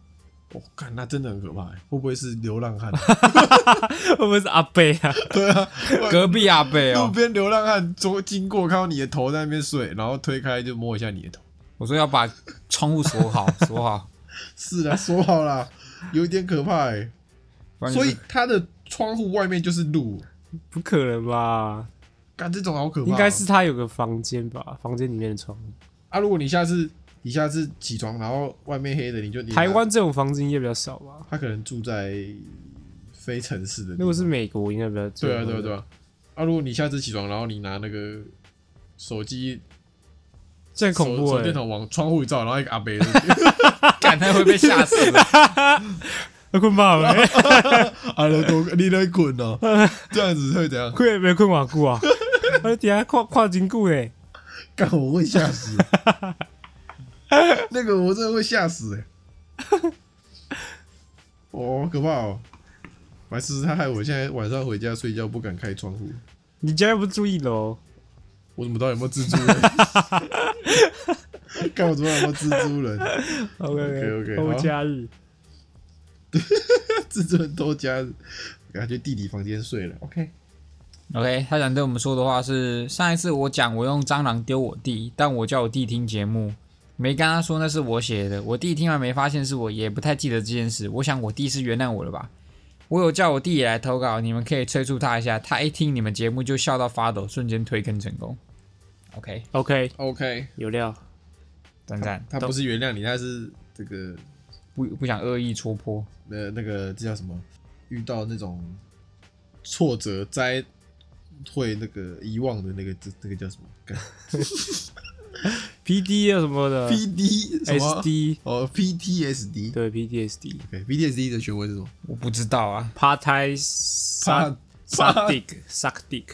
我、哦、看那真的很可怕，会不会是流浪 汉？会不会是阿贝啊？对啊，隔壁阿贝路哦，边流浪汉走经过，看到你的头在那边睡，然后推开就摸一下你的头。我说要把窗户锁好，锁好，是啊，说好 啦，有点可怕哎、不然就所是以他的窗户外面就是路，不可能吧？干这种好可怕哦、应该是他有个房间吧，房间里面的床。啊，如果你下次你下次起床，然后外面黑的，你就你台湾这种房间应该比较少吧？他可能住在非城市的地方，如果是美国，应该比较对啊对啊对啊。啊，如果你下次起床，然后你拿那个手机这很手恐怖手电哎，筒往窗户一照，然后一个阿伯在那边 干他会被吓死的。啊困吧 没？ 啊，你都你在滚哦， 这样子会怎样？困没困瓦固啊？我底下跨跨金固哎，干我会吓 死，那个我真的会吓死 哎、哦，好可怕哦！白痴，他害我现在晚上回家睡觉不敢开窗户。你家又不住一楼，我怎么知道有没有蜘蛛 人？看我怎么有没有蜘蛛人？OK，OK，好欧假日蜘蛛人偷家，感觉弟弟房间睡了。OK， OK，他想对我们说的话是：上一次我讲我用蟑螂丢我弟，但我叫我弟听节目，没跟他说那是我写的。我弟听完没发现是我，也不太记得这件事。我想我弟是原谅我了吧。我有叫我弟也来投稿，你们可以催促他一下。他一听你们节目就笑到发抖，瞬间推坑成功。OK， ，OK， OK，有料，赞赞，他不是原谅你，他是这个不不想恶意戳破。呃那个这叫什么？遇到那种挫折灾会那个遗忘的那个这这个叫什么干 P D 啊什 么的？PD 什么，S D 哦，PTSD。对 P D S D OK，PTSD 的全文是什么？我不知道啊， p a r t i suck suck dick suck dick，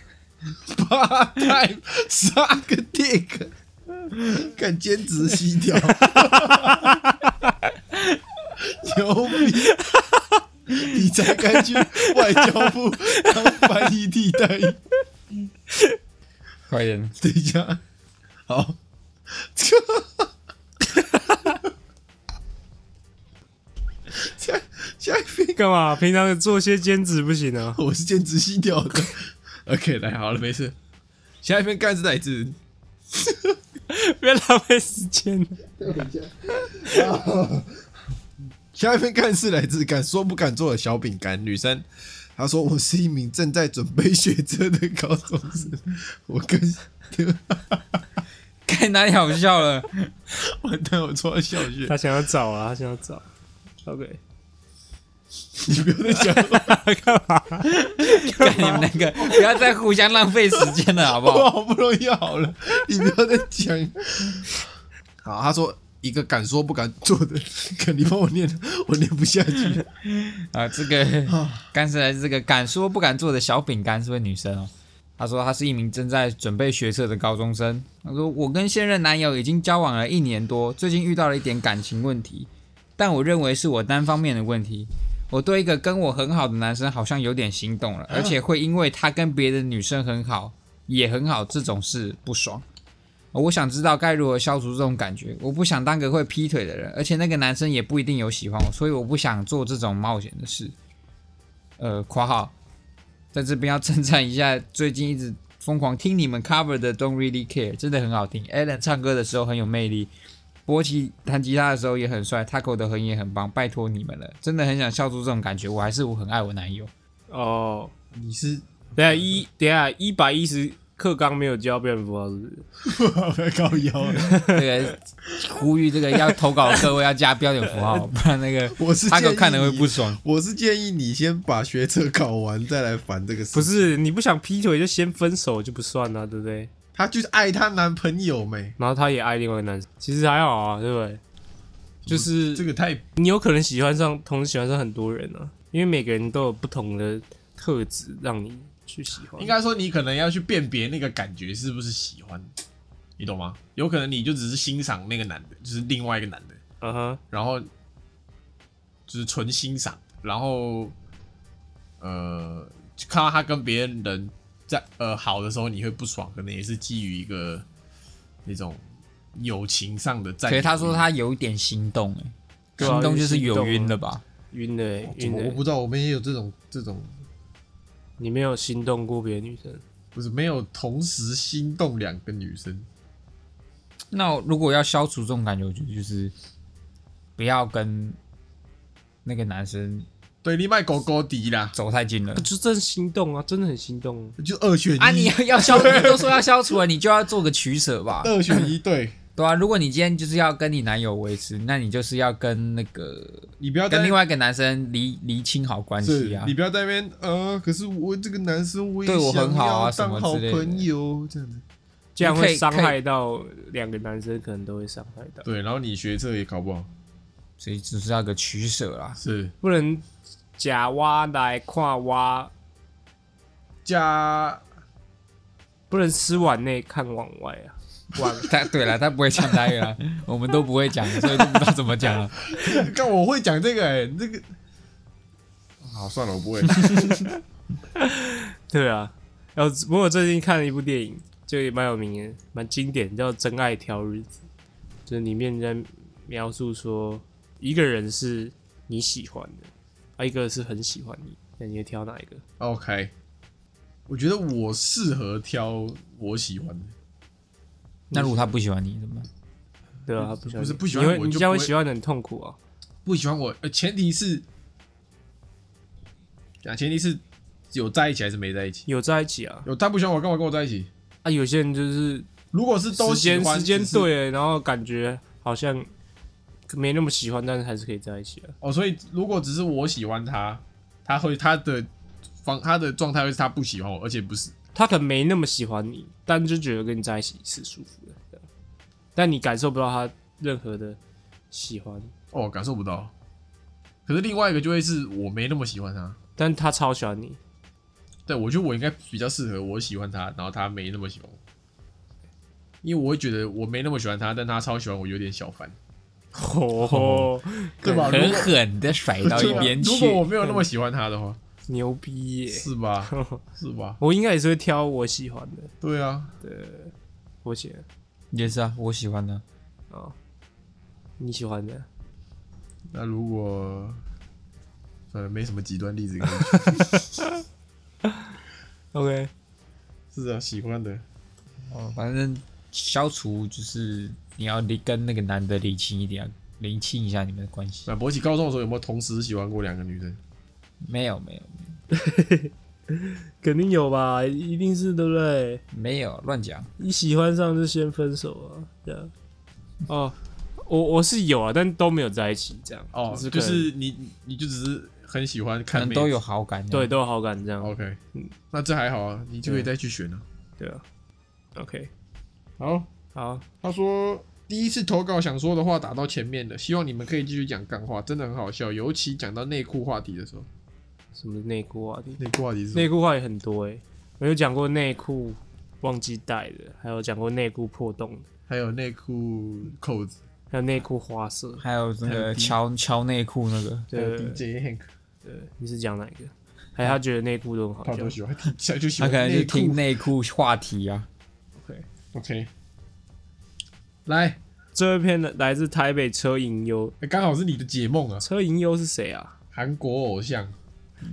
怕太 suck dick，看兼职西条， 牛逼！你才该去外交部当翻译替代役。快点， 等一下，好，下下一篇干嘛？平常做些兼职不行 啊？我是兼职西条的。OK，来好了，没事。下一篇干是哪一只？别浪费时间了。下一篇干事来自敢说不敢做的小饼干女生，他说我是一名正在准备学车的高中生，我跟 看哪里好笑了？ 我对我做小学，他想要找啊，他想要找。OK， 你不要再讲了，看你们那个，不要再互相浪费时间了，好不我好？好不容易好了，你不要再讲。好，他说一个敢说不敢做的，可你帮我念，我念不下去。啊，这个刚才这个敢说不敢做的小饼干是位女生哦。她说她是一名正在准备学测的高中生。她说我跟现任男友已经交往了一年多，最近遇到了一点感情问题，但我认为是我单方面的问题。我对一个跟我很好的男生好像有点心动了，而且会因为他跟别的女生很好，也很好这种事不爽。哦我想知道该如何消除这种感觉。我不想当个会劈腿的人，而且那个男生也不一定有喜欢我，所以我不想做这种冒险的事。呃，括号，在这边要称赞一下，最近一直疯狂听你们 cover 的《Don't Really Care》，真的很好听。Alan 唱歌的时候很有魅力，波奇弹吉他的时候也很帅，Taco 的哼也很棒，拜托你们了，真的很想笑出这种感觉。我还是我很爱我男友。哦，你 是等一下一等一下一百一十课纲没有教，被人不知道是不是高腰了？这个呼吁这个要投稿的各位要加标点符号，不然那个我是 Taco 建议看了会你不爽。我是建议你先把学车考完再来烦这个事。不，是你不想劈腿就先分手就不算了、对不对？她就是爱她男朋友没？然后他也爱另外一个男生，其实还好啊，对不对？就是这个太你有可能喜欢上，同时喜欢上很多人啊，因为每个人都有不同的特质让你去喜欢。应该说你可能要去辨别那个感觉是不是喜欢，你懂吗？有可能你就只是欣赏那个男的，就是另外一个男的，嗯哼，然后就是纯欣赏，然后呃，看到他跟别人在呃好的时候，你会不爽，可能也是基于一个那种友情上的占有可欲。是他说他有一点心动、欸，对啊心动就是有晕了吧？晕了欸、怎晕么了我欸、不知道，我们也有这种这种，你没有心动过别的女生？不是没有同时心动两个女生。那如果要消除这种感觉，我觉得就是不要跟那个男生对，你卖狗狗迪啦，走太近了不。就真的心动啊，真的很心动。就二选一啊，你要要消，你都说要消除了，你就要做个取舍吧，二选一，对对啊，如果你今天就是要跟你男友维持，那你就是要跟那个你不要在跟另外一个男生厘厘清好关是系啊你。不要在那边呃，可是我这个男生我也对我想很好啊要什么当好之类的朋友这样子。这样可会以伤可以害到两个男生，可能都会伤害到。对，然后你学这也搞不好，所以就是要个取舍啦。是不能假挖来跨挖，加不能吃碗内看碗外啊。 碗他对了，他不会讲台 语啦，我们都不会讲，所以都不知道怎么讲了。看我会讲这个哎、这个好算了，我不会。对啊，然后不过我最近看了一部电影，就也蛮有名的，蛮经典，叫《真爱挑日子》，就是里面在描述说，一个人是你喜欢的，啊，一个是很喜欢你，那你会挑哪一个？ OK，我觉得我适合挑我喜欢的，那如果他不喜欢你怎么办？对啊，他不喜欢你，不是不喜欢你会我你就这样不会会喜欢的很痛苦啊。不喜欢我，呃，前提是讲前提是有在一起还是没在一起。有在一起啊，有他不喜欢我，干嘛跟我在一起？啊，有些人就是如果是都时喜间欢，时间只是对了，然后感觉好像没那么喜欢，但是还是可以在一起啊。哦，所以如果只是我喜欢他，他会他的方他的状态会是他不喜欢我，而且不是他可能没那么喜欢你，但就觉得跟你在一起是舒服的，这样但你感受不到他任何的喜欢，哦感受不到。可是另外一个就会是我没那么喜欢他，但他超喜欢你，对我觉得我应该比较适合我喜欢他，然后他没那么喜欢我，因为我会觉得我没那么喜欢他，但他超喜欢我，有点小烦，哦，对吧？如狠果狠的甩到一边如果我去。没有那么喜欢他的话，牛逼耶！是吧？是吧？我应该也是会挑我喜欢的，对啊，我写的也是啊，我喜欢的。哦，你喜欢的，那如果算了，没什么极端例子可以举。 OK，是啊，喜欢的。哦，反正消除就是你要离跟那个男的理清一点，理清一下你们的关系。那博起高中的时候有没有同时喜欢过两个女生？没有没有没有，肯定有吧，一定是对不对？没有乱讲，你喜欢上就先分手啊，这样。哦，我我是有啊，但都没有在一起，这样。哦，可就能是你你就只是很喜欢可看能妹子都有好感。啊嗯对，都有好感这样。 OK，那这还好啊，你就可以再去选了。对啊。OK，好，好，他说第一次投稿想说的话打到前面的，希望你们可以继续讲干话，真的很好笑，尤其讲到内裤话题的时候，什么内裤话题？内裤话题是什么内裤话也很多哎、我有讲过内裤忘记带的，还有讲过内裤破洞的，还有内裤扣子，还有内裤花色。还有那还有个低敲敲内裤那个，还有对 DJ Hank，对，你是讲哪一个？还有他觉得内裤都很他好都笑。喜欢听，他就喜他欢可能就内裤听内裤话题啊。 OK，来，这篇的来自台北车银优，欸刚好是你的解梦啊，车银优是谁啊？韩国偶像，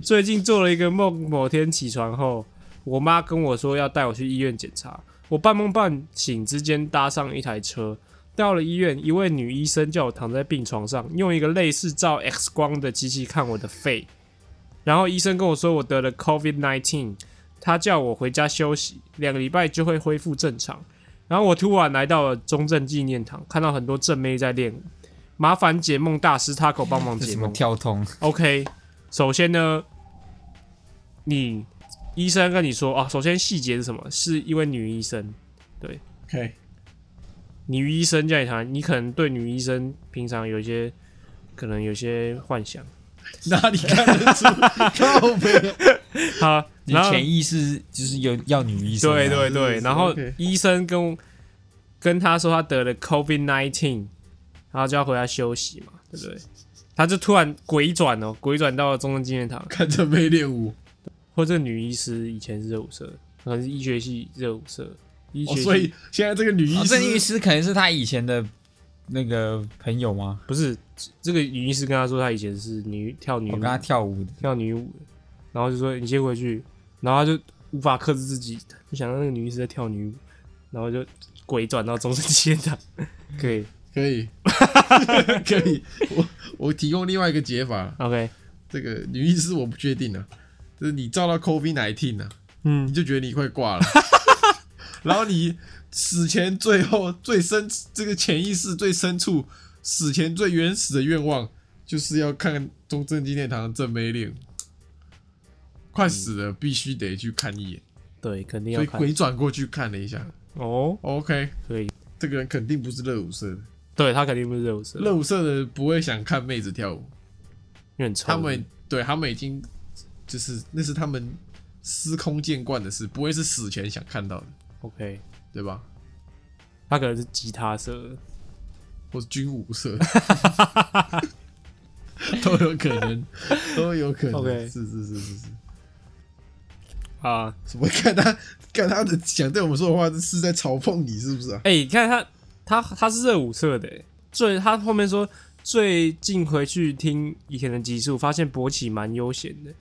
最近做了一个梦，某天起床后，我妈跟我说要带我去医院检查。我半梦半醒之间搭上一台车，到了医院，一位女医生叫我躺在病床上，用一个类似照 X 光的机器看我的肺，然后医生跟我说我得了 COVID-19，她叫我回家休息，两个礼拜就会恢复正常。然后我突然来到了中正纪念堂，看到很多正妹在练舞，麻烦解梦大师 Taco 帮忙这解什么梦。 跳通？ OK，首先呢，你医生跟你说啊，首先细节是什么？是一位女医生， OK，女医生叫你谈，你可能对女医生平常有一些可能有些幻想。哪里看得出？靠背，好， 你然后潜意识就是有要女医生啊。对对对，是然后 OK 医生跟跟他说他得了 COVID nineteen，然后就要回家休息嘛，对不对？他就突然鬼转哦，鬼转到了中正纪念堂，看着没练舞，或者女医师以前是热舞社，可能是医学系热舞社，医学哦，系、所以现在这个女医哦，这律师，师可能是他以前的那个朋友吗？不是这这个女医师跟他说，他以前是女跳女我舞跟他跳舞的，跳女舞的，然后就说欸你先回去，然后他就无法克制自己，就想到那个女医师在跳女舞，然后就鬼转到中正纪念堂， 可以可以， 可以，我我提供另外一个解法， ，OK，这个女医师我不确定啊，就是你照到 COVID 1 9啊，你嗯，就觉得你快挂了， 然后你死前最后最深这个潜意识最深处死前最原始的愿望，就是要看中正纪念堂的正妹令。快死了，必须得去看一眼，对，肯定所嗯要以看回转过去看了一下。哦， OK，可以，这个人肯定不是热舞社的，对他肯定不是热舞社，因热舞社的不会想看妹子跳舞，为很臭，他们对他们已经就是那是他们司空见惯的事，不会是死前想看到的， OK，对吧？他可能是吉他社，或是军武 社，都有可能，都有可能。 OK 是是是是是。啊，什么？看他看他的想对我们说的话是在嘲讽你，是不是啊？哎、你看他，他他是热舞社的欸，最他后面说最近回去听以前的集数，发现勃起蛮悠闲的。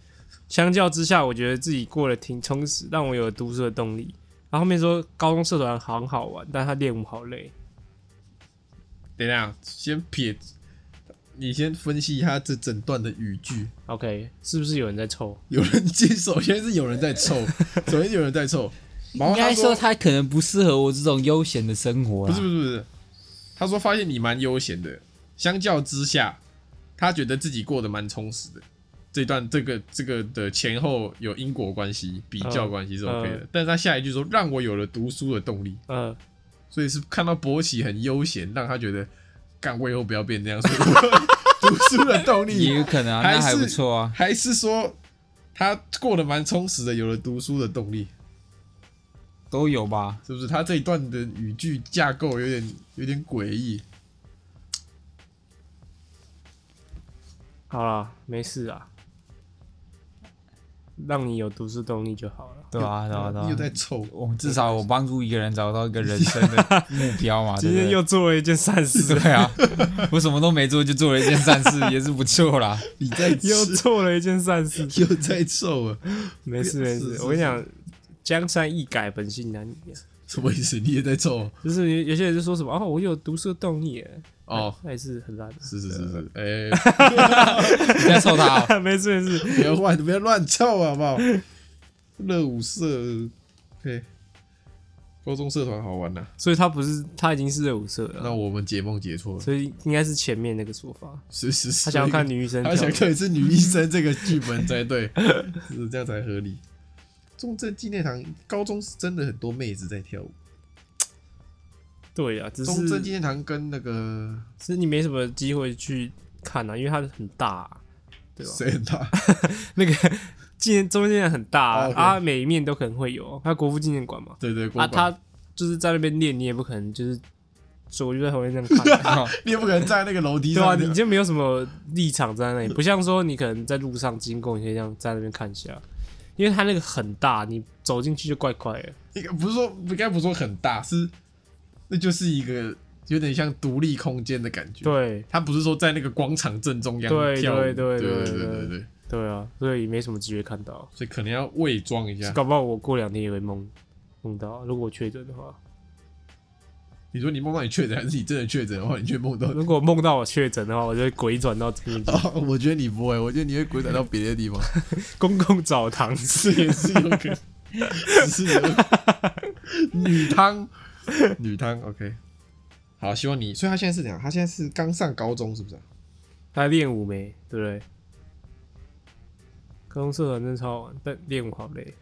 相较之下，我觉得自己过得挺充实，让我有读书的动力。然后后面说高中社团很好玩，但他练舞好累。等一下，先撇，你先分析他这整段的语句。 OK，是不是有人在抽？有人接，首先是有人在臭， 首先有人在臭。然后应他该说他可能不适合我这种悠闲的生活不是啦不。是不是，他说发现你蛮悠闲的，相较之下，他觉得自己过得蛮充实的。这段这个这个的前后有因果关系、比较关系是 OK 的，嗯但是他下一句说让我有了读书的动力，呃，所以是看到博起很悠闲，让他觉得干我以后不要变这样，所以我 读书的动力也有可能啊，那还还是不错啊。还是说他过得蛮充实的，有了读书的动力，都有吧？是不是？他这一段的语句架构有点有点诡异。好啦，没事啊，让你有读书动力就好了。对啊，对啊，对你又啊。在臭。我们至少我帮助一个人找到一个人生 的目标嘛，对今不天对又做了一件善事， 对啊，我什么都没做就做了一件善事，也是不 错啦。你在吃又做了一件善事。 又在臭啊？没事没是事，是我跟你讲，江山易改，本性难移啊。什么意思？你也在臭？就是有有些人就说什么哦，我有读书的动力耶，哦，那也是很烂的。是是是是，哎、你在臭他、哦，没事没事，不要乱 不要乱叫好不好？热舞社，对，高中社团好玩呐、所以他不是他已经是热舞社了，啊那我们解梦解错了，所以应该是前面那个说法，是是是，他想要看女医生 他跳想舞，看是女医生这个剧本才对，是这样才合理。中正纪念堂高中是真的很多妹子在跳舞，对啊，只中正纪是念堂跟那个是你没什么机会去看啊，因为它很大 啊、对吧？谁很大？那个纪念中间很大啊哦，OK 啊，每一面都可能会有，它国父纪念馆嘛，对对，啊，国宝，他就是在那边练，你也不可能就是，所以我就在旁边这样看，啊 你也不可能站在那个楼梯对啊，上，你就没有什么立场在那 里，不像说你可能在路上经过，你可以这样在那边看一下，因为它那个很大，你走进去就怪怪的。一个不是说应该不是说很大，是那就是一个有点像独立空间的感觉。，对他不是说在那个广场正中央对跳舞，对对对对对对对，对啊，所以也没什么机会看到，所以可能要伪装一下。搞不好我过两天也会梦梦到，如果我确诊的话，你说你梦到你确诊，还是你真的确诊的话，你却梦 到？哦如果梦到我确诊的话，我就会鬼转到这边我觉得你不会，我觉得你会鬼转到别的地方。公共澡堂，这也 是有可能，只 是有女汤，女汤，OK。好，希望你，所以他现在是怎样？他现在是刚上高中，是不是啊、他练舞没，对不对？高中社团真的超好玩，但练舞好累。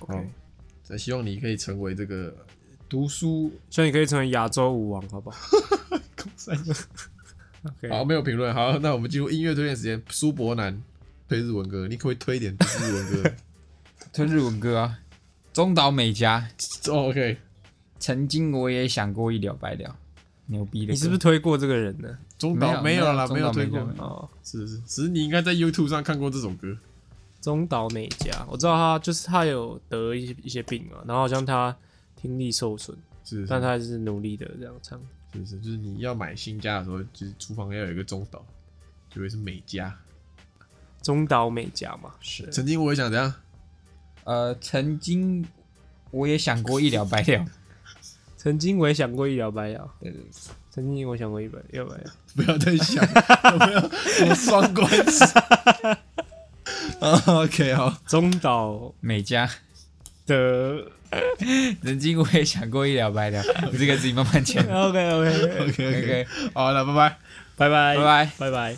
OK，、哦那希望你可以成为这个读书。希望你可以成为亚洲舞王，好不好？OK，好，没有评论。好，那我们进入音乐推荐时间。苏博南推日文歌，你可不可以推一点日文 歌推日文歌啊，中岛美嘉，哦？OK，曾经我也想过一了百了，牛逼的歌。你是不是推过这个人呢？中没岛有没有啦，没没有有中推岛没过有没。哦，是是，只是你应该在 YouTube 上看过这首歌。中岛美嘉，我知道他就是他有得一些一些病啊，然后好像他听力受损，是，但他还是努力的这样唱。是是，就是你要买新家的时候，就是厨房要有一个中岛，就会是美家。中岛美嘉嘛，是曾经我也想怎样？ 呃，曾经我也想过一了百了，曾经我也想过一了百了，对对对曾经我想过一百了百了。不要再想 有没有什么双关 词。啊 OK，好，中岛美嘉， 的。曾经我也想过一了百了，你这个自己慢慢讲 OK OK， OK，好了，拜拜。 拜拜拜拜。拜拜。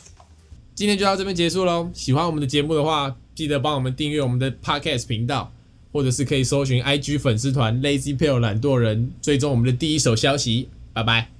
今天就到这边结束喽。喜欢我们的节目的话，记得帮我们订阅我们的 Podcast 频道，或者是可以搜寻 IG 粉丝团 Lazy p a l e 懒惰人，追踪我们的第一手消息。拜拜。